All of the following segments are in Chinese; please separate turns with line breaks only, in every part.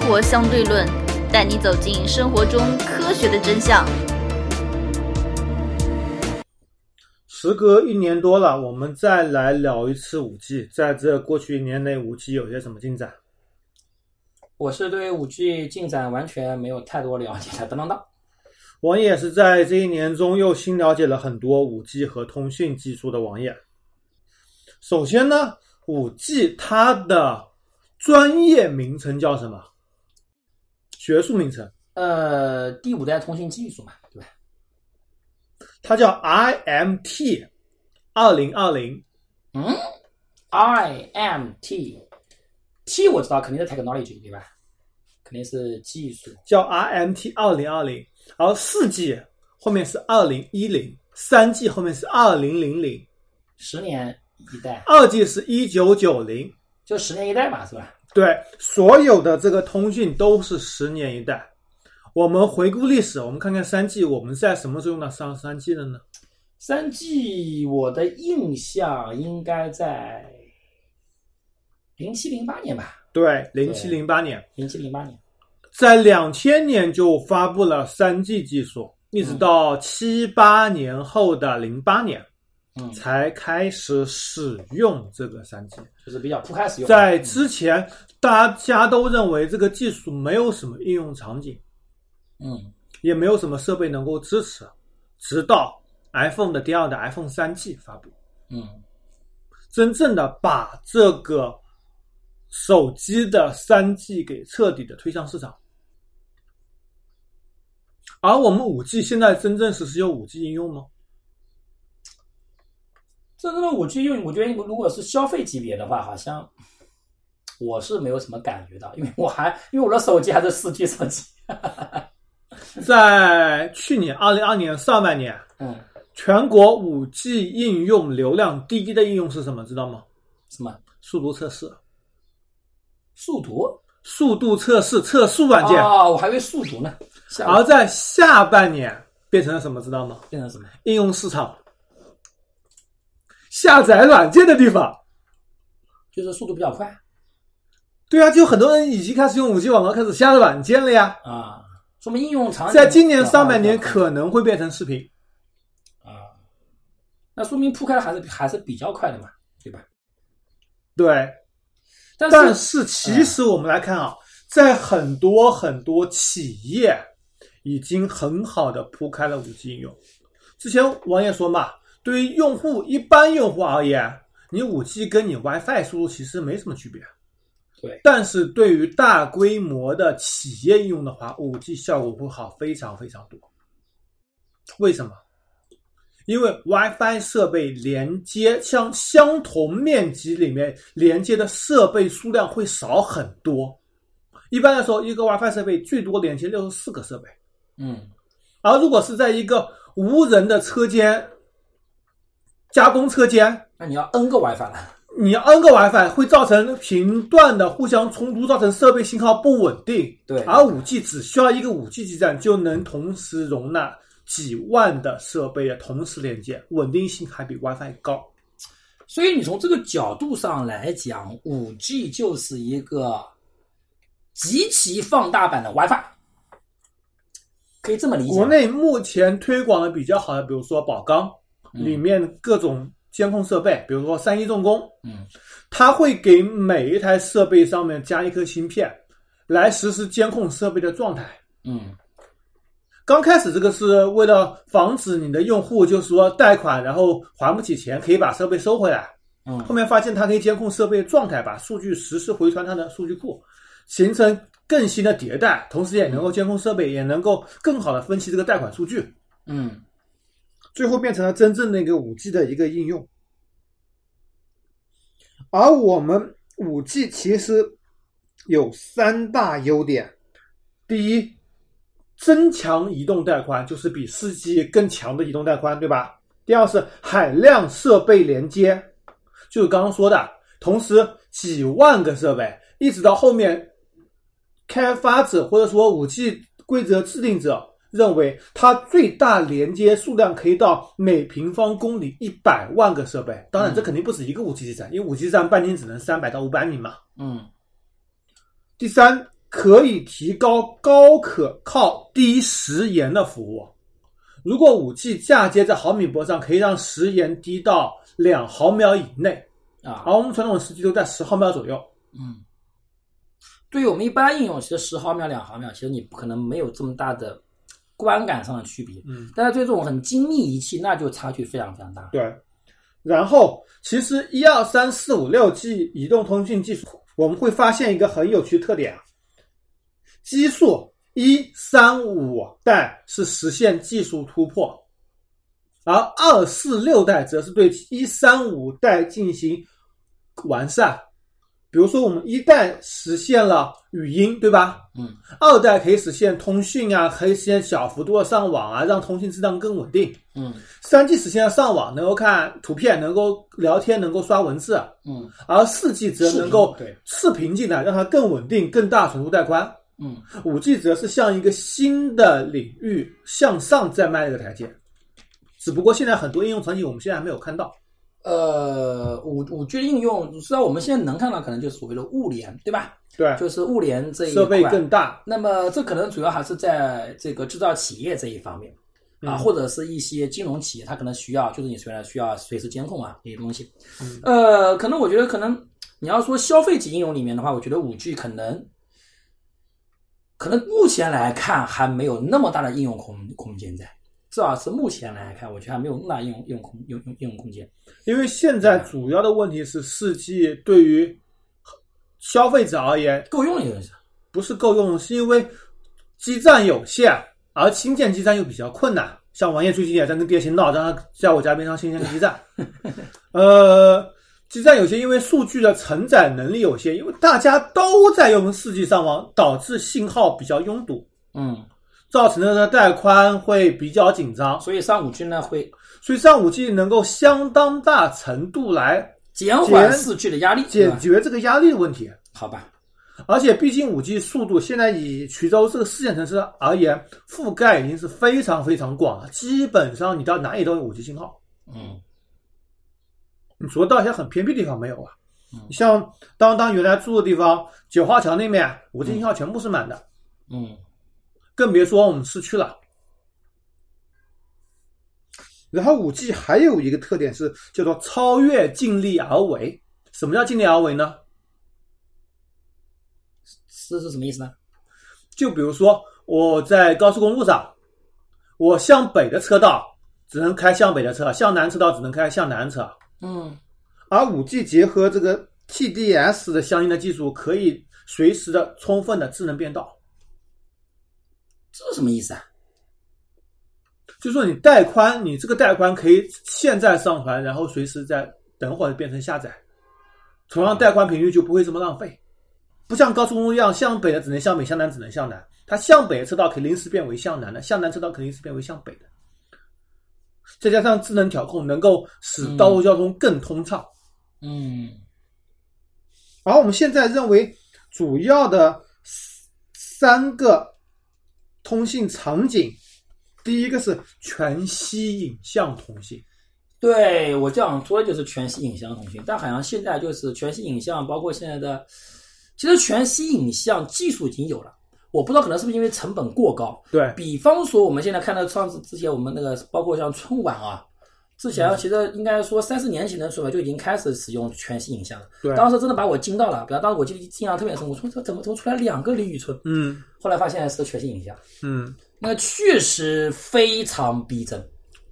活相对论》，带你走进生活中科学的真相。
时隔一年多了，我们再来聊一次五 G，在这过去一年内，五 G 有些什么进展？
我是对五 G 进展完全没有太多了解的当当当。
我也是在这一年中又新了解了很多五 G 和通讯技术的网页。首先呢，五 G 它的专业名称叫什么？学术名称，
呃，第五代通信技术嘛，对吧？
它叫 IMT 二零二零。
嗯，I M T T 我知道肯定是 technology 对吧？肯定是技术。
叫 RMT 二零二零，然后四 G 后面是二零一零，三 G 后面是二零零零，
十年一代，
二 G 是一九九零，
就十年一代吧，是吧？
对，所有的这个通讯都是十年一代。我们回顾历史，我们看看三 G，我们在什么时候用到上三 G 的呢？
三 G 我的印象应该在零七零八年吧，
对，零七零八年，
零七零八年。
在两千年就发布了三 G 技术，一直到七八年后的零八年
嗯，
才开始使用这个三 G。
就是比较铺开使用。
在之前，大家都认为这个技术没有什么应用场景，
嗯，
也没有什么设备能够支持，直到 iPhone 的第二代 iPhone 三 G 发布，
嗯
真正的把这个手机的三 G 给彻底的推向市场。而我们五 G 现在真正实施有五 G 应用吗？
这真的五 G 用，我觉得如果是消费级别的话，好像我是没有什么感觉的，因为我还因为我的手机还是四 G 手机。
在去年二零二年上半年，
嗯，
全国五 G 应用流量第一的应用是什么？知道吗？
什么
速度测试，
速读？
速度测试测速软件，
哦，我还以为速读呢。下
而在下半年变成了什么？知道吗？
变成什么？
应用市场，下载软件的地方。
就是速度比较快
对啊，就很多人已经开始用五 G 网络，开始下载软件了呀。
啊，说明应用场景
在今年上半年
比较
可能会变成视频，
快啊，那说明铺开还是还是比较快的嘛，对吧？
对。
但是
但是其实我们来看啊，在很多很多企业已经很好的铺开了五 G 应用。之前王爷说嘛，对于用户一般用户而言，你五 G 跟你 WiFi 输入其实没什么区别。
对
但是对于大规模的企业应用的话，五 G 效果会好非常非常多。为什么？因为 WiFi 设备连接相相同面积里面连接的设备数量会少很多。一般来说，一个 WiFi 设备最多连接六十四个设备，
嗯
而如果是在一个无人的车间、加工车间，
那你要 N 个 WiFi 了，
你 N 个 WiFi 会造成频段的互相冲突，造成设备信号不稳定。
对
而五 G 只需要一个五 G 基站就能同时容纳几万的设备的同时连接，稳定性还比 WiFi 高。
所以你从这个角度上来讲，五 G 就是一个极其放大版的 WiFi，可以这么理解。
国内目前推广的比较好的，比如说宝钢
嗯
里面各种监控设备，比如说三一重工，
嗯
它会给每一台设备上面加一颗芯片，来实时监控设备的状态。
嗯
刚开始这个是为了防止你的用户就是说贷款然后还不起钱，可以把设备收回来。后
嗯
面发现它可以监控设备状态，把数据实时回传它的数据库，形成更新的迭代，同时也能够监控设备，也能够更好的分析这个贷款数据，
嗯，
最后变成了真正的一个五 G 的一个应用。而我们五 G 其实有三大优点：第一，增强移动带宽，就是比四 G 更强的移动带宽，对吧？第二是海量设备连接，就是刚刚说的，同时几万个设备，一直到后面开发者或者说五 G 规则制定者认为，它最大连接数量可以到每平方公里一百万个设备。当然，这肯定不止一个五 G 基站，因为五 G 基站半径只能三百到五百米嘛。
嗯
第三，可以提高高可靠、低时延的服务。如果五 G 嫁接在毫米波上，可以让时延低到两毫秒以内，
啊，
而我们传统时机都在十毫秒左右。
嗯，对于我们一般应用，其实十毫秒、两毫秒，其实你不可能没有这么大的观感上的区别。
嗯，
但是对这种很精密仪器，那就差距非常非常大。
对。然后，其实一二三四五六 G 移动通信技术，我们会发现一个很有趣的特点啊，基数一三五代是实现技术突破，而二四六代则是对一三五代进行完善。比如说，我们一代实现了语音，对吧？
嗯，
二代可以实现通讯啊，可以实现小幅度的上网啊，让通信质量更稳定。
嗯
三 G 实现了上网，能够看图片，能够聊天，能够刷文字，啊
嗯
而四 G 则能够
视频对
视频进来，让它更稳定、更大程度带宽。
嗯，
五 G 则是向一个新的领域向上在迈了一个台阶，只不过现在很多应用场景我们现在还没有看到。
呃，五五 G 的应用，虽然我们现在能看到，可能就是所谓的物联，对吧？
对，
就是物联这一
设备
块。
更大，
那么这可能主要还是在这个制造企业这一方面啊，
嗯
或者是一些金融企业，它可能需要就是你虽然需要随时监控啊这些东西
嗯。
呃，可能我觉得可能你要说消费级应用里面的话，我觉得五 G 可能可能目前来看还没有那么大的应用空空间在，至少是目前来看，我觉得还没有那么大应用应用空应用应用空间。
因为现在主要的问题是四 G 对于消费者而言
够用了，也是。
不是够用，是因为基站有限，而新建基站又比较困难。像王爷最近也在跟爹行闹，让他在我家边上新建个基站。呃，基站有些因为数据的承载能力有限，因为大家都在用4 G 上网，导致信号比较拥堵，
嗯，
造成的带宽会比较紧张。
所以上五 G 呢会
所以上5 G 能够相当大程度来
减缓
减
四 G 的压力，对
解
吧
决这个压力的问题。
好吧？
而且，毕竟五 G 速度现在以衢州这个四线城市而言，覆盖已经是非常非常广了，基本上你到哪里都有五 G 信号。
嗯
你除了到一些很偏僻地方没有啊
嗯，
你像当当原来住的地方，九号桥那面五 G 信号全部是满的，
嗯。
更别说我们市区了。然后五 G 还有一个特点是叫做超越尽力而为。什么叫尽力而为呢？
这是什么意思呢？
就比如说我在高速公路上，我向北的车道只能开向北的车，向南车道只能开向南车。
嗯
而五 G 结合这个 TDS 的相应的技术，可以随时的充分的智能变道，，
这是什么意思啊？
就说你带宽，你这个带宽可以现在上传，然后随时在等会儿变成下载，同样带宽频率就不会这么浪费。不像高速公路一样，向北的只能向北，向南只能向南。它向北的车道可以临时变为向南的，向南车道可以临时变为向北的。再加上智能调控，能够使道路交通更通畅。
嗯
而我们现在认为主要的三个通信场景，第一个是全息影像通信，，
对我这样说就是全息影像通讯，但好像现在就是全息影像，包括现在的，其实全息影像技术已经有了，我不知道可能是不是因为成本过高。
对，
比方说我们现在看到上次之前我们那个包括像春晚啊，之前其实应该说三四年前的时候吧就已经开始使用全息影像了。
对
当时真的把我惊到了，比方当时我记得印象特别深，我说这怎么怎么出来两个李宇春？
嗯
后来发现是个全息影像，
嗯，
那确实非常逼真。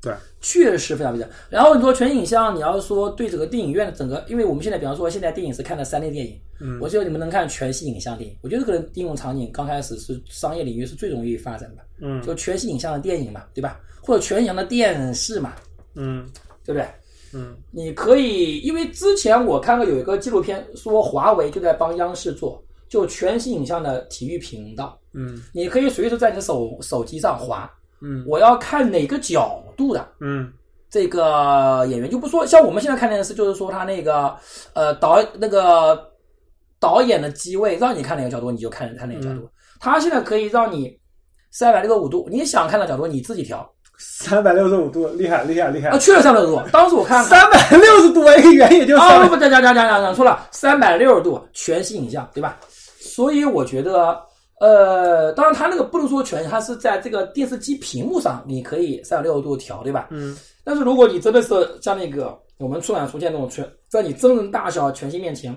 对，
确实非常逼真。然后你说全影像，你要说对整个电影院的整个，因为我们现在比方说现在电影是看的三 D 电影，
嗯
我觉得你们能看全息影像电影，我觉得可能应用场景刚开始是商业领域是最容易发展的，
嗯
就全息影像的电影嘛，对吧？或者全影像的电视嘛，
嗯
对不对？
嗯
你可以，因为之前我看过有一个纪录片，说华为就在帮央视做就全息影像的体育频道，
嗯
你可以随时在你的手手机上滑，
嗯
我要看哪个角度的，
嗯
这个演员，就不说像我们现在看电视，就是说他那个呃导那个导演的机位，让你看哪个角度你就看他哪个角度。他现在可以让你三百六十五度，你想看的角度你自己调
三百六十五度，厉害厉害厉害
啊，！确实三百六十度。当时我看
哦三百六十度，一个圆也就
啊，
三
不不，讲讲讲讲讲讲错了，三百六十度全息影像，对吧？所以我觉得呃，当然它那个不能说全，它是在这个电视机屏幕上，你可以三百六十度调，对吧？
嗯，
但是如果你真的是像那个我们出版图鉴那种全，在你真人大小全息面前，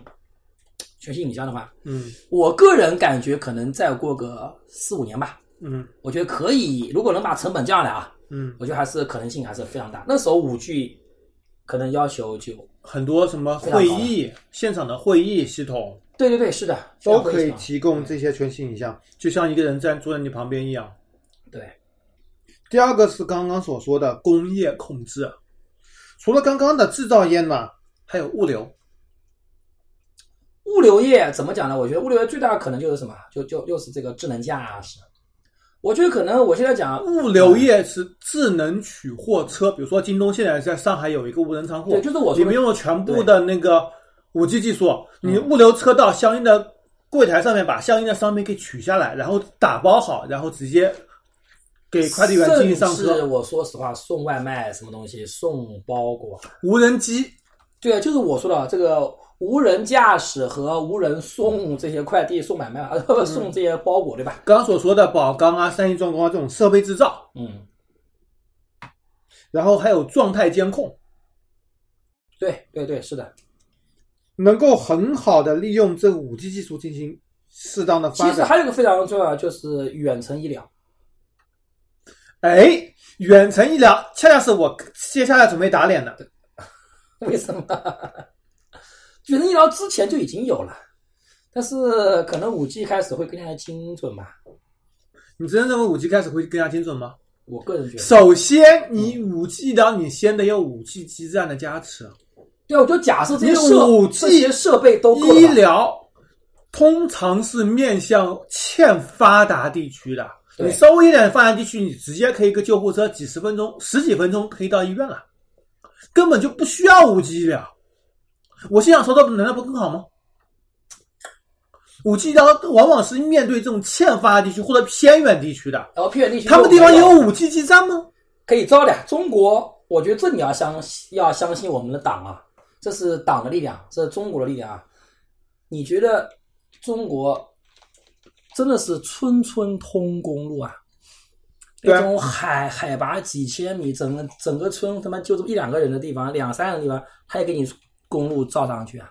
全息影像的话，
嗯
我个人感觉可能再过个四五年吧，
嗯
我觉得可以，如果能把成本降下来啊，
嗯，
我觉得还是可能性还是非常大。那时候五 G 可能要求就
很多什么
非常
会
好
议、现场的会议系统
对对对，是的，
都可以
提。
提供这些全息影像，就像一个人站坐在你旁边一样。
对，
第二个是刚刚所说的工业控制，除了刚刚的制造业呢，还有物流。
物流业怎么讲呢？我觉得物流业最大的可能就是什么，就就又是这个智能驾驶。我觉得可能我现在讲啊
物流业是智能取货车，比如说京东现在在上海有一个无人仓库，
对就是我说的
里面用了全部的那个五 G 技术，你物流车到相应的柜台上面把相应的商品给取下来，然后打包好，然后直接给快递员进行上
甚至
车。
我说实话，送外卖什么东西，送包裹，
无人机，
对啊，就是我说的这个无人驾驶和无人送这些快递、送买卖啊，不
嗯
送这些包裹，对吧？
刚刚所说的宝钢啊、三一重工啊这种设备制造，
嗯，
然后还有状态监控，
对对对，是的。
能够很好的利用这五 G 技术进行适当的
其
发
实
展。
还有一个非常重要的就是远程医疗。
哎，远程医疗恰恰是我接下来准备打脸的。
为什么？远程医疗之前就已经有了，但是可能五 G 开始会更加精准吧。
你真的认为五 G 开始会更加精准吗？
我个人觉得，
首先，你五 G 的你先得有五 G 基站的加持，
对啊，我就假设这些
你
设
有 5G
这些设备都够
医
了吧。
疗通常是面向欠发达地区的。
对
你稍微一点发达地区，你直接可以一个救护车，几十分钟、十几分钟可以到医院了，根本就不需要五 G 医疗。我现场收到，难道不更好吗？五 G 医疗往往是面对这种欠发达地区或者偏远地区的，
然后偏远地区，
他们地方也有五 G 基站吗？
可以招的。中国，我觉得这你要相信，要相信我们的党啊，这是党的力量，这是中国的力量啊。你觉得中国真的是村村通公路啊？
对啊
那种海海拔几千米，整个整个村他妈就这么一两个人的地方，两三个人的地方，他也给你公路造上去啊。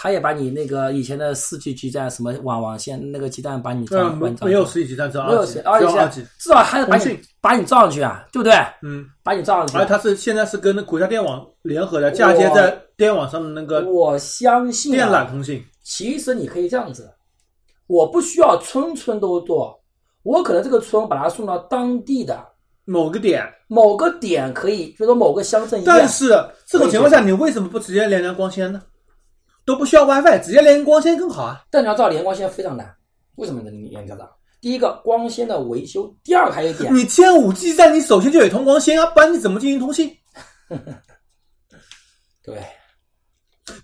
他也把你那个以前的四 G 基站什么网网线那个基站把你造，
嗯，
把
没
你造
没有
上去
十几级站，只有
没
二
有
级，只
谁
有
而
二
且
级。
至少还得把
通
你
信
把你罩上去啊，对不对？
嗯，
把你罩上
而
去。
它是现在是跟国家电网联合的，嫁接在电网上的那个
我相信、
电缆
啊，
通信。
其实你可以这样子，我不需要村村都做，我可能这个村把它送到当地的
某个点，
某个点，可以，比如说某个乡镇医
但
院。
是这种情况下，你为什么不直接连连光纤呢？都不需要 WiFi，直接连光纤更好啊！
但你要知道，连光纤非常难，为什么能连得上？第一个，光纤的维修；第二个，还有一 点，
你建五 G 站，你首先就得通光纤啊，不然你怎么进行通信？
对，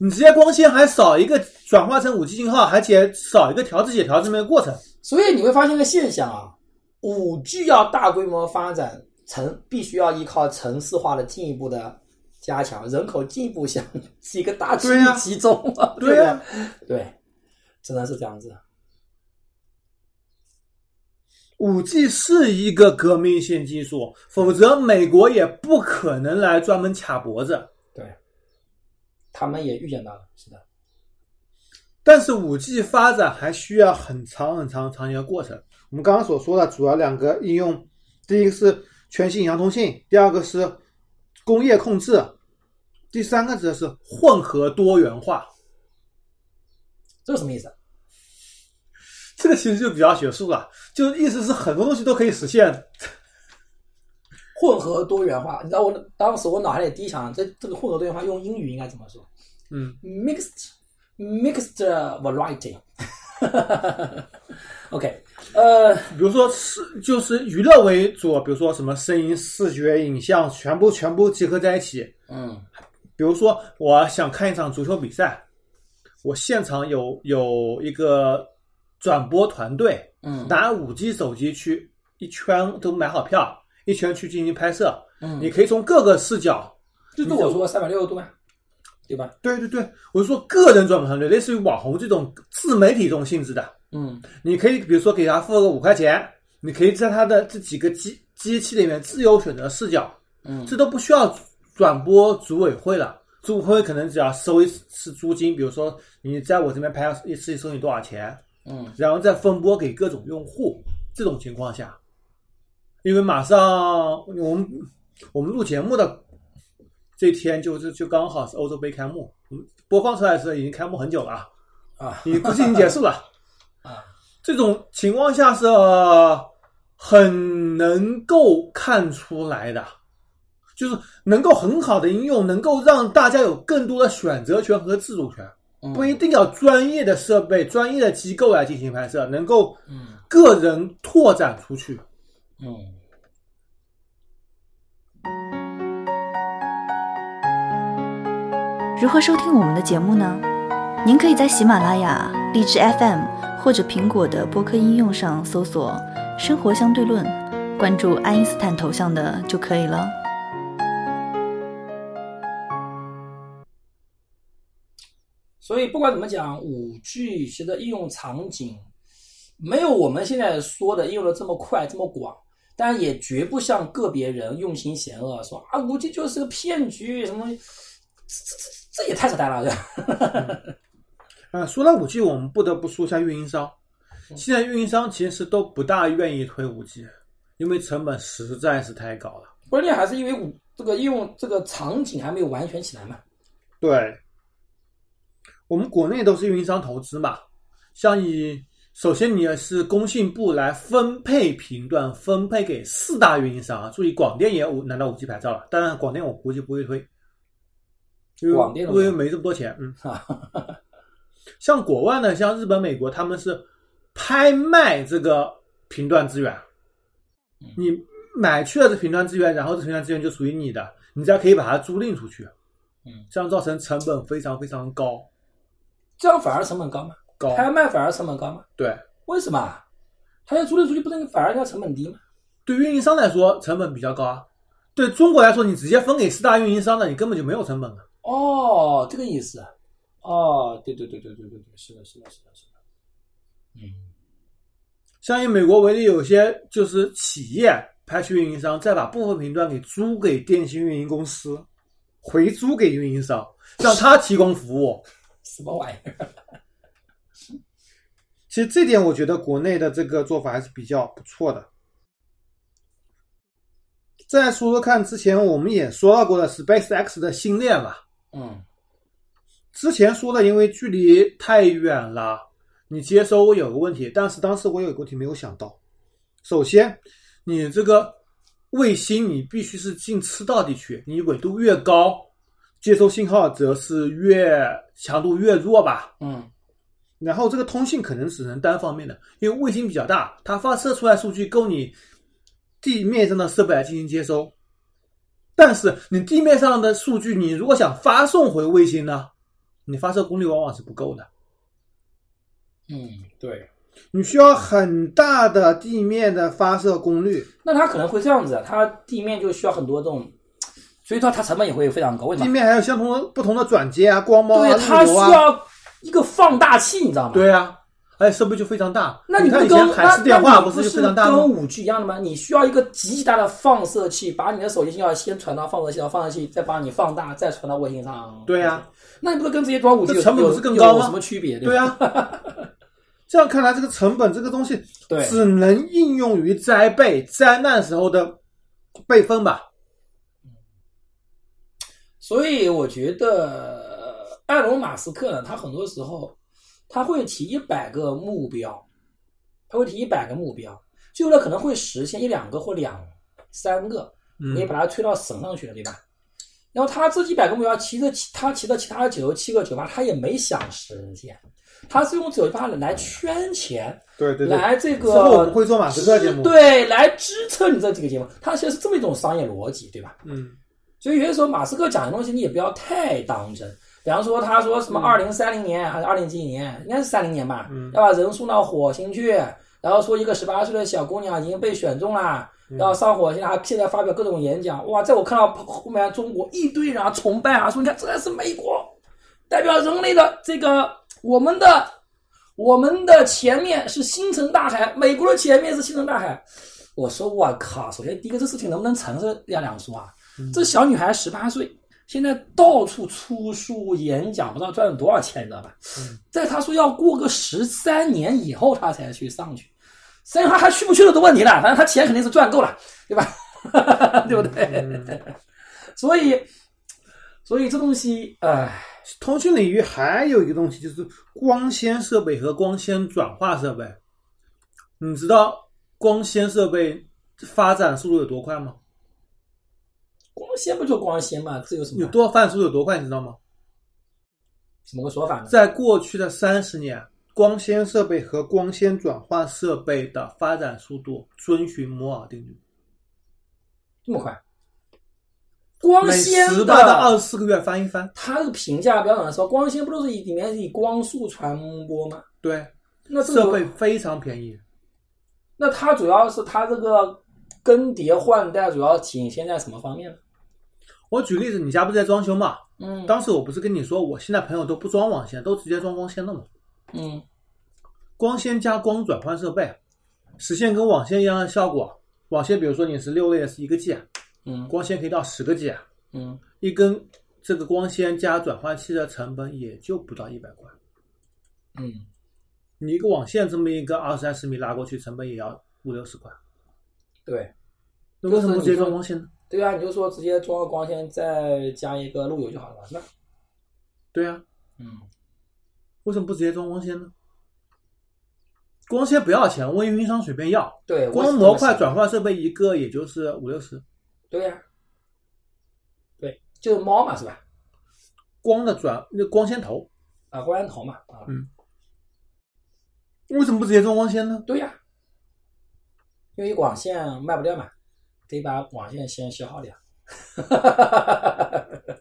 你直接光纤还少一个转化成五 G 信号，还且少一个调制解调这么一个过程。
所以你会发现一个现象啊，五 G 要大规模发展，城必须要依靠城市化的进一步的加强，人口进一步向是一个大区
对
域
呀
集中啊，
对呀、
不对，对，真的是这样子。
五 G 是一个革命性技术，否则美国也不可能来专门卡脖子。
对，他们也预见到了，是的，
但是五 G 发展还需要很长很长很长一个过程。我们刚刚所说的主要两个应用，第一个是全息影像通信，第二个是工业控制，第三个指的是混合多元化。
这是什么意思？啊
这个其实就比较学术了，就意思是很多东西都可以实现。
混合多元化，你知道我当时我脑海里第一想，这这个混合多元化用英语应该怎么说
嗯，
？mixed mixed variety 。OK，呃，
比如说是就是娱乐为主，比如说什么声音、视觉、影像，全部全部结合在一起。
嗯。
比如说，我想看一场足球比赛，我现场有有一个转播团队
嗯
拿五 G 手机去一圈都买好票，一圈去进行拍摄。
嗯
你可以从各个视角，
就是我说三百六十度嘛，对吧？
对对对，我是说个人转播团队，类似于网红这种自媒体这种性质的，
嗯
你可以比如说给它付个五块钱，你可以在它的这几个机机器里面自由选择视角，
嗯
这都不需要转播组委会了。组委会可能只要收一次租金，比如说你在我这边拍一次收你多少钱，
嗯
然后再分拨给各种用户。这种情况下，因为马上我们我们录节目的这天就是就刚好是欧洲杯开幕，我们播放出来的时候已经开幕很久了啊，
啊
你估计已经结束了。
啊
这种情况下是呃很能够看出来的，就是能够很好的应用，能够让大家有更多的选择权和自主权，
嗯
不一定要专业的设备、专业的机构来进行拍摄，能够
嗯
个人拓展出去。
嗯
如何收听我们的节目呢？您可以在喜马拉雅、荔枝 FM 或者苹果的播客应用上搜索“生活相对论”，关注爱因斯坦头像的就可以了。
所以不管怎么讲，五 G 其实的应用场景没有我们现在说的应用的这么快这么广，但也绝不像个别人用心险恶说啊五 G 就是个骗局什么，这这这也太扯淡了，对吧？
啊，说到五 G，我们不得不说一下运营商。现在运营商其实都不大愿意推五 G，因为成本实在是太高了。
关键还是因为五这个应用这个场景还没有完全起来嘛。
对，我们国内都是运营商投资嘛，像以首先你也是工信部来分配频段，分配给四大运营商啊。注意，广电也有拿到五 G 牌照啊了，当然广电我估计不会推，因为
广电的
因
吗
为没这么多钱。嗯，像国外呢，像日本、美国，他们是拍卖这个频段资源，啊
嗯
你买去了这频段资源，然后这频段资源就属于你的，你再可以把它租赁出去。啊这样造成成本非常非常高
这样反而成本高嘛，
高。
拍卖反而成本高嘛？
对，
为什么啊？他要租来租去，不是反而要成本低吗？
对运营商来说成本比较高啊。对中国来说，你直接分给四大运营商的，你根本就没有成本啊。
哦，这个意思啊。哦，对对对对对对对，是的，是的，是的，是的。嗯
像以美国为例，有些就是企业拍去运营商，再把部分频段给租给电信运营公司，回租给运营商，让他提供服务。
什么 玩意儿？
其实这点，我觉得国内的这个做法还是比较不错的。再说说看，之前我们也说到过的 SpaceX 的星链吧，
嗯
之前说的，因为距离太远了，你接收我有个问题，但是当时我有个问题没有想到。首先，你这个卫星你必须是进赤道地区，你纬度越高，接收信号则是越强度越弱吧。
嗯
然后这个通信可能只能单方面的，因为卫星比较大，它发射出来数据够你地面上的设备来进行接收。但是你地面上的数据，你如果想发送回卫星呢，你发射功率往往是不够的，
嗯，对。
你需要很大的地面的发射功率，
那他可能会这样子，他地面就需要很多这种，所以说它成本也会非常高。为什
地
么？
面还有相同的不同的转接啊、光猫啊、
对，它
路
需
由啊，
要一个放大器，你知道吗？。
对啊，而且设备就非常大。
那
你
不
看以
跟
前
那
海
那
事
你
电话
不
不
是
就非常大
跟
吗？
五 G 一样的吗？你需要一个极大的放射器，把你的手机信号先传到放射器，然后放射器再把你放大，再传到卫星上。
对啊，
那你不是跟直接装五 G
这
有
成本
有
不是更高吗
有什么区别？
对
吧？
啊，这样看来，这个成本这个东西
对
只能应用于灾备、灾难时候的备份吧。
所以我觉得埃隆·马斯克呢，他很多时候他会提一百个目标，他会提一百个目标，最后呢可能会实现一两个或两三个，
嗯
你也把它推到省上去了，对吧？然后他这一百个目标，其实其他其他其他九十七个九八，他也没想实现，他是用九八来圈钱，
对对对，
来这
之后我
个
们会做马斯克节目。，
对来支撑你这几个节目，他其实是这么一种商业逻辑，对吧？
嗯，
所以有些时候马斯克讲的东西你也不要太当真。比方说，他说什么二零三零年还是二零几几年，应该是三零年吧，
嗯
要把人送到火星去，然后说一个十八岁的小姑娘已经被选中了，要上火星，还现在发表各种演讲，哇，在我看到后面中国一堆人啊崇拜啊，说你看这是美国代表人类的这个我们的我们的前面是星辰大海，美国的前面是星辰大海。我说我靠，首先第一个这事情能不能成是要两说啊？这小女孩十八岁，现在到处出书演讲，不知道赚了多少钱，你知道吧？
嗯
在她说要过个十三年以后，她才去上去。虽然她还去不去了的问题了，反正她钱肯定是赚够了，对吧？ 对不对？
嗯
所以，所以这东西，哎唉，
通讯领域还有一个东西就是光纤设备和光纤转化设备。你知道光纤设备发展速度有多快吗？
光纤不就光纤嘛，这有什
有
么
多发展速度有多快，你知道吗？
什么个说法呢？
在过去的三十年，光纤设备和光纤转化设备的发展速度遵循摩尔定律，
这么快？光
每
纤
十八到二
的
十四个月翻一番。
它的评价标准说，光纤不都是以里面是以光速传播吗？
对，
那这
设
个
备非常便宜。
那它主要是它这个更迭换代主要体现在什么方面呢？
我举例子，你家不是在装修嘛？
嗯
当时我不是跟你说，我现在朋友都不装网线，都直接装光纤了嘛？
嗯
光纤加光转换设备，实现跟网线一样的效果。网线比如说你是六类是一个 G，
嗯
光纤可以到十个 G，
嗯，
一根这个光纤加转换器的成本也就不到一百块。
嗯，
你一个网线这么一个二三十米拉过去，成本也要五六十块。
对
那
就
为
是
什么不直接
你说
装光纤呢？
对啊，你就说直接装个光纤，再加一个路由就好了，是吧？
对啊，
嗯，
为什么不直接装光纤呢？光纤不要钱，问运营商随便要。
对，我是
光
这么
模块
想的
转换设备一个也就是五六十，
对呀、对，就是猫嘛，是吧？
光的转那光纤头，
啊，光源头嘛，啊，
嗯为什么不直接装光纤呢？
对呀、因为网线卖不掉嘛，得把网线先消耗掉。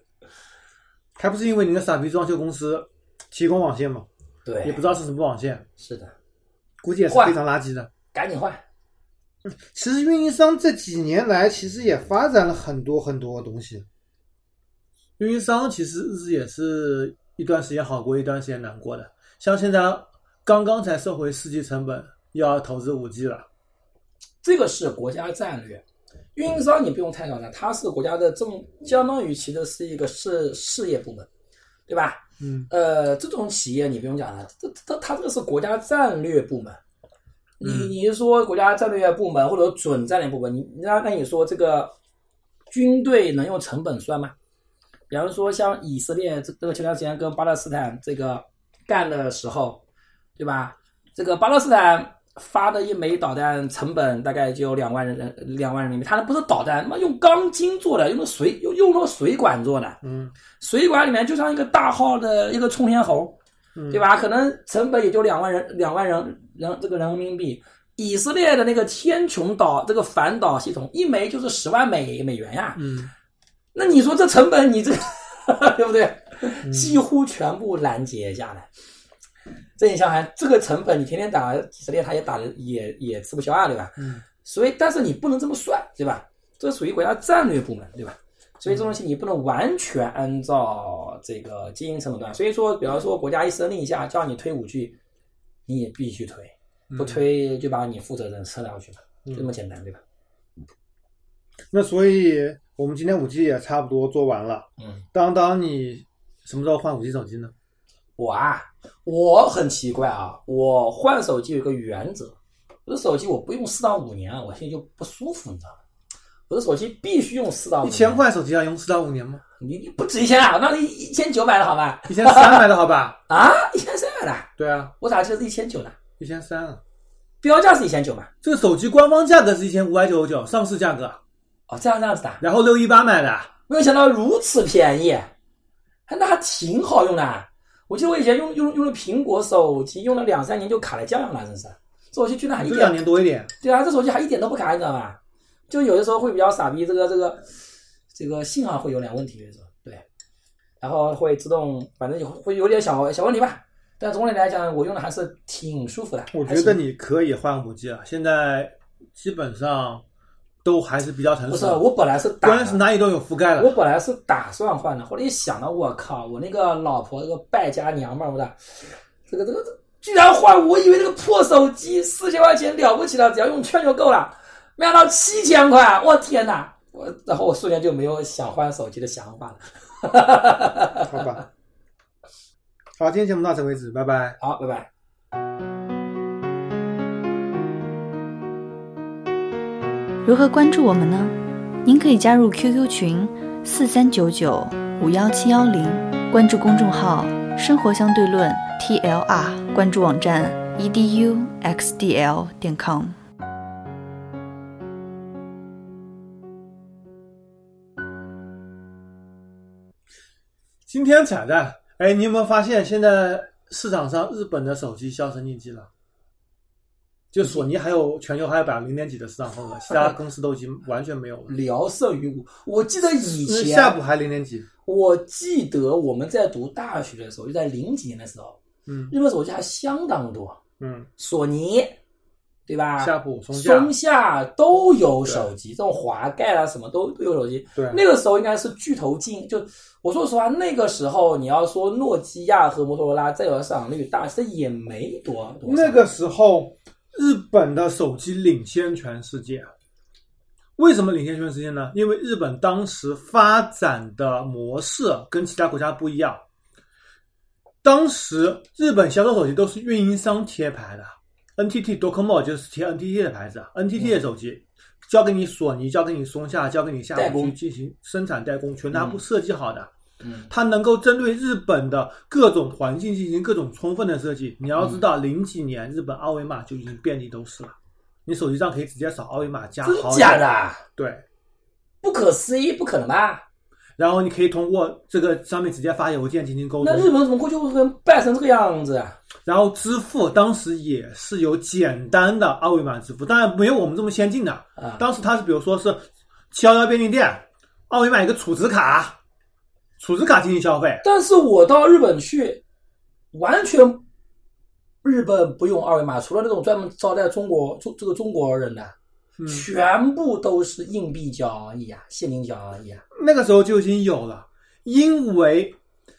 还不是因为你那傻逼装修公司提供网线嘛，
对，
也不知道是什么网线，
是的，
估计也是
坏
非常垃圾的。
赶紧换。
其实运营商这几年来其实也发展了很多很多东西，运营商其实日子也是一段时间好过，一段时间难过的。像现在刚刚才收回四 G 成本，又要投资五 G 了。
这个是国家战略。运营商你不用太高了，它是国家的政，相当于其实是一个事事业部门，对吧？
嗯，
呃，这种企业你不用讲了，这这它这个是国家战略部门。你
嗯
你是说国家战略部门或者准战略部门？你那那你说这个军队能用成本算吗？比方说像以色列这这个前段时间跟巴勒斯坦这个干的时候，对吧？这个巴勒斯坦发的一枚导弹成本大概就两万人两万人民币，它那不是导弹，他妈用钢筋做的，用的水用用了水管做的，
嗯，
水管里面就像一个大号的一个冲天猴，
嗯
对吧？可能成本也就两万人两万人人这个人民币。以色列的那个天穹岛这个反导系统，一枚就是十万美美元呀、
嗯，
那你说这成本，你这 对不对？
嗯
几乎全部拦截下来。这你想想，这个成本你天天打以色列，他也打的也也吃不消啊，对吧？
嗯。
所以，但是你不能这么算，对吧？这属于国家战略部门，对吧？所以这东西你不能完全按照这个经营成本段。所以说，比方说国家一声令下，叫你推五 G，你也必须推，
嗯
不推就把你负责人撤掉去嘛，就这么简单，对吧？
那所以我们今天五 G 也差不多做完了。
嗯。
当当，你什么时候换五 G 手机呢？
我啊，我很奇怪啊，我换手机有一个原则，我的手机我不用四到五年啊，我现在就不舒服，你知道吗？我的手机必须用四到五
一
年，
千，块手机要用四到五年吗？
你你不止一千啊，那一一千九百了好吧？
一千三买的好吧？
啊，一千三百的，
对啊，
我咋记得是一千九呢？
一千三啊。
标价是一千九嘛？
这个手机官方价格是一千五百九十九，上市价格，
哦，这样这样子的，
然后六一八买的，
没有想到如此便宜，还那还挺好用的啊。我记得我以前用用用了苹果手机，用了两三年就卡了胶样了，真是。这手机居然还一
就
点
两年多一点。
对啊，这手机还一点都不卡，你知道吧？就有的时候会比较傻逼，这个这个这个信号会有点问题，有的时候对，然后会自动，反正有会有点小小问题吧。但总体来讲，我用的还是挺舒服的。
我
还
觉得
行
你可以换五 G 了，现在基本上都还是比较成
不是啊
熟。的。
我本来是打
关键是哪里都有覆盖
我
了。
本来是打算换的，后来一想到，我靠，我那个老婆这个败家娘们儿，我的这个这个这居然换我以为那个破手机四千块钱了不起了，只要用券就够了，没想到七千块，我天哪！我然后我瞬间就没有想换手机的想法了。
好吧。好，今天节目到此为止，拜拜。
好，拜拜。
如何关注我们呢？您可以加入 QQ 群四三九九五幺七幺零，关注公众号“生活相对论 ”TLR，关注网站 E eduxdl 点 com。
今天彩蛋，哎，你有没有发现现在市场上日本的手机销声匿迹了？就索尼还有全球还有百分之零点几的市场份额，其他公司都已经完全没有了。
聊胜于无。我记得以
那
前，
夏普还零点几？
我记得我们在读大学的时候，就在零几年的时候，
嗯
日本手机还相当多，
嗯，
索尼，对吧？
夏普、松下，
啊松下都有手机，这种滑盖啊什么都都有手机。
对，
那个时候应该是巨头进，就我说实话，那个时候你要说诺基亚和摩托罗拉占有的市场率大，这也没多多少
那个时候，日本的手机领先全世界。啊为什么领先全世界呢？因为日本当时发展的模式跟其他国家不一样。当时日本销售手机都是运营商贴牌的，NTT、DoCoMo 就是贴 NTT 的牌子啊，NTT
嗯
的手机交给你索尼，交给你松下，交给你夏
代
普
工
去进行生产代工，全他
嗯
部设计好的。
嗯
它能够针对日本的各种环境进行各种充分的设计。你
嗯
要知道，零几年日本二维码就已经遍地都是了，你手机上可以直接扫二维码加
真
好
假
友，
的啊？
对，
不可思议，不可能吧？
然后你可以通过这个上面直接发邮件进行沟
那日
通，
本怎么过去会败成这个样子啊？
然后支付当时也是有简单的二维码支付，当然没有我们这么先进的，
啊，
当时它是比如说是七幺幺便利店，二维码一个储值卡，储值卡进行消费，
但是我到日本去，完全日本不用二维码，除了那种专门招待中国中这个中国人的，
嗯。
全部都是硬币交易啊，现金交易啊。
那个时候就已经有了，因为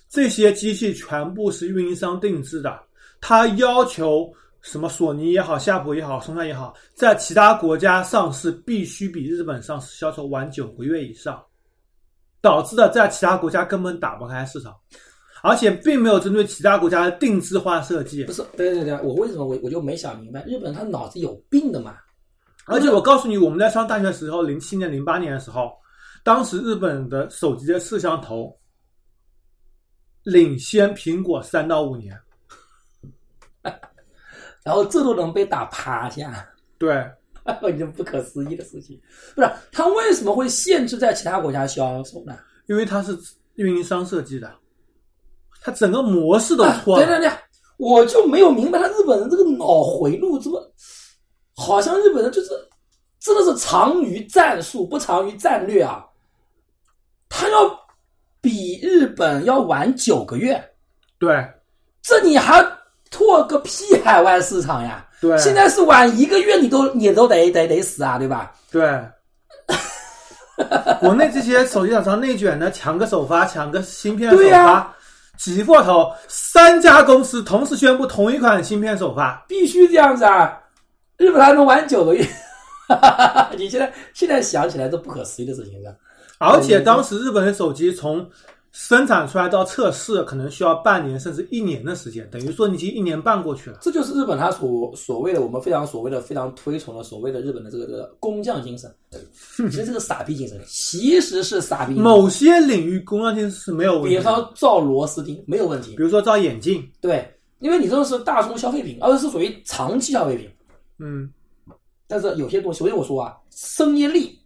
这些机器全部是运营商定制的，它要求什么索尼也好、夏普也好、松下也好，在其他国家上市必须比日本上市销售晚九个月以上，导致的在其他国家根本打不开市场，而且并没有针对其他国家的定制化设计
不。是，对对对，我为什么我我就没想明白，日本他脑子有病的嘛？
而且我告诉你，我们在上大学的时候，零七年、零八年的时候，当时日本的手机的摄像头领先苹果三到五年。
然后这都能被打趴下，
对，
我已经不可思议的事情。不是他为什么会限制在其他国家销售呢？
因为它是运营商设计的，它整个模式都
啊
错
对
了。
对对，我就没有明白他日本人这个脑回路怎么，好像日本人就是真的是长于战术，不长于战略啊。他要比日本要晚九个月，
对
这你还拓个屁海外市场呀？
对
现在是晚一个月，你都你都得得得死啊，对吧？
对。国内这些手机厂商内卷呢，抢个首发，抢个芯片首
对呀
发，挤破头。三家公司同时宣布同一款芯片首发，
必须这样子啊！日本还能玩九个月， 你现在现在想起来都不可思议的事情了。
而且当时日本的手机从生产出来到测试，可能需要半年甚至一年的时间，等于说你已经一年半过去了。
这就是日本它所所谓的我们非常所谓的非常推崇的所谓的日本的这个这个工匠精神，其实这个傻逼精神 其实是傻逼精神。
某些领域工匠精是没有问
嗯比
题
方
的，
说造螺丝钉没有问题
比，如说造眼镜，
对，因为你这个是大宗消费品，而且是属于长期消费品。
嗯，
但是有些东西，所以我说啊，生业利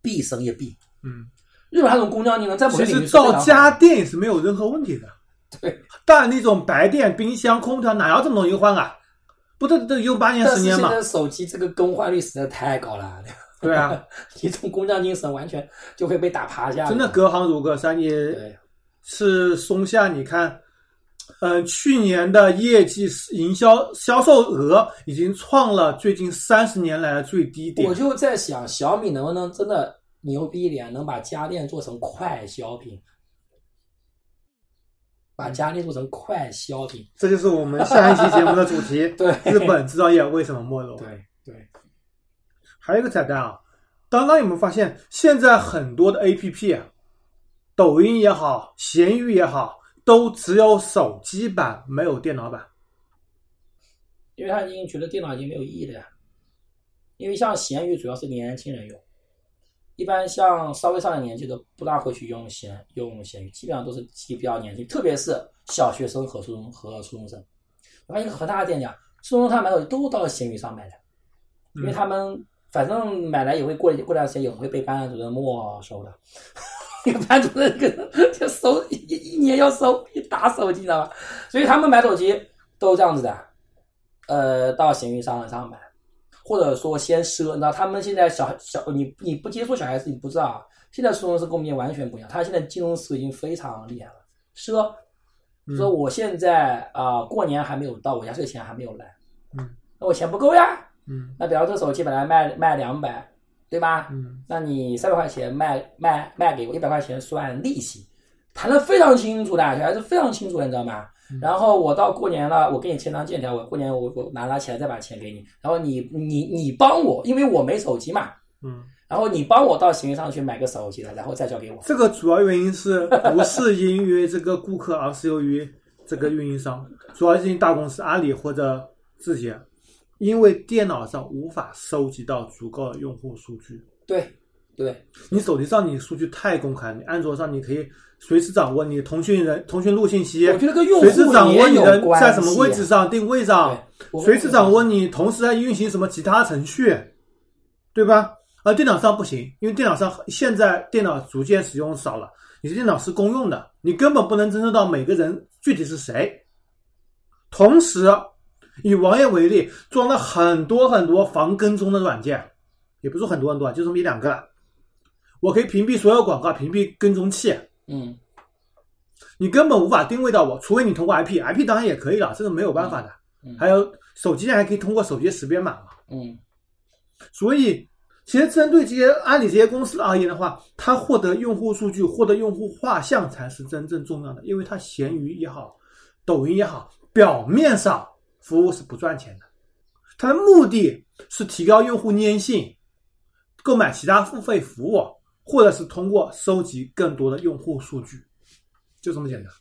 弊生业弊。
嗯，
日本它这种工匠精神在某些
其
领域
实
是非常
造
好的
家电也是没有任何问题的。
对，
但那种白电、冰箱、空调哪要这么容易换啊？不得得用八年
但
十
是
年
现
嘛？
在手机这个更换率实在太高了，
对啊，
你这种工匠精神完全就会被打趴下。
真的隔行如隔山，也
对，
是松下，你看，嗯，去年的业绩是营销销售额已经创了最近三十年来的最低点
我。就在想小米能不能真的牛逼一点，能把家电做成快消品？把家列入成快消品。
这就是我们下一期节目的主题
对
——日本制造业为什么没落？
对对，
还有一个彩蛋啊，当当有没有发现，现在很多的 APP，啊，抖音也好，闲鱼也好，都只有手机版，没有电脑版。
因为他已经觉得电脑已经没有意义了呀。因为像闲鱼主要是年轻人用，一般像稍微上点年纪的不大会去用闲用闲鱼，基本上都是比较年轻，特别是小学生和初中和初中生。我发现一个很大的店家，初中他买手机都到闲鱼上买的，因
嗯
为他们反正买来也会过过段时间也会被班主任没收的。 一个班主任跟就收一一年要收一打手机，你知道吧？所以他们买手机都这样子的，呃，到闲鱼上上买，或者说先赊。你知道他们现在小小你你不接触小孩子，你不知道啊。现在初中生跟我们以前完全不一样，他现在金融思维已经非常厉害了，赊。
嗯
说我现在啊、过年还没有到，我压岁钱还没有来，
嗯，
那我钱不够呀。
嗯
那比方说手机本来卖卖两百，对吧？
嗯
那你三百块钱卖卖卖给我一百块钱算利息，谈的非常清楚的，小孩子非常清楚的，你知道吗
嗯？
然后我到过年了，我给你签张借条，我过年我我拿拿钱再把钱给你，然后你你你帮我，因为我没手机嘛，
嗯，
然后你帮我到闲鱼上去买个手机了，然后再交给我。
这个主要原因 是不是因为这个顾客，而是由于这个运营商，主要是因为大公司阿里或者字节，因为电脑上无法收集到足够的用户数据。
对对，
你手机上你数据太公开了，你安卓上你可以随时掌握你腾讯人通讯录信息，
我觉得跟用户
随时掌握
也
你
有
的
关
在什么
系啊
位置上定位上，
我
随时掌握你同时在运行什么其他程序，对吧？而电脑上不行，因为电脑上现在电脑逐渐使用少了，你的电脑是公用的，你根本不能侦测到每个人具体是谁。同时，以网页为例，装了很多很多防跟踪的软件，也不是很多很多，啊就这么一两个了。我可以屏蔽所有广告，屏蔽跟踪器，
嗯，
你根本无法定位到我，除非你通过 IP，IP 当然也可以了，这个没有办法的。
嗯
还有手机还可以通过手机识别码嘛，
嗯
所以其实针对这些阿里这些公司啊而言的话，它获得用户数据、获得用户画像才是真正重要的，因为它闲鱼也好，抖音也好，表面上服务是不赚钱的，它的目的是提高用户粘性，购买其他付费服务，或者是通过收集更多的用户数据，就这么简单。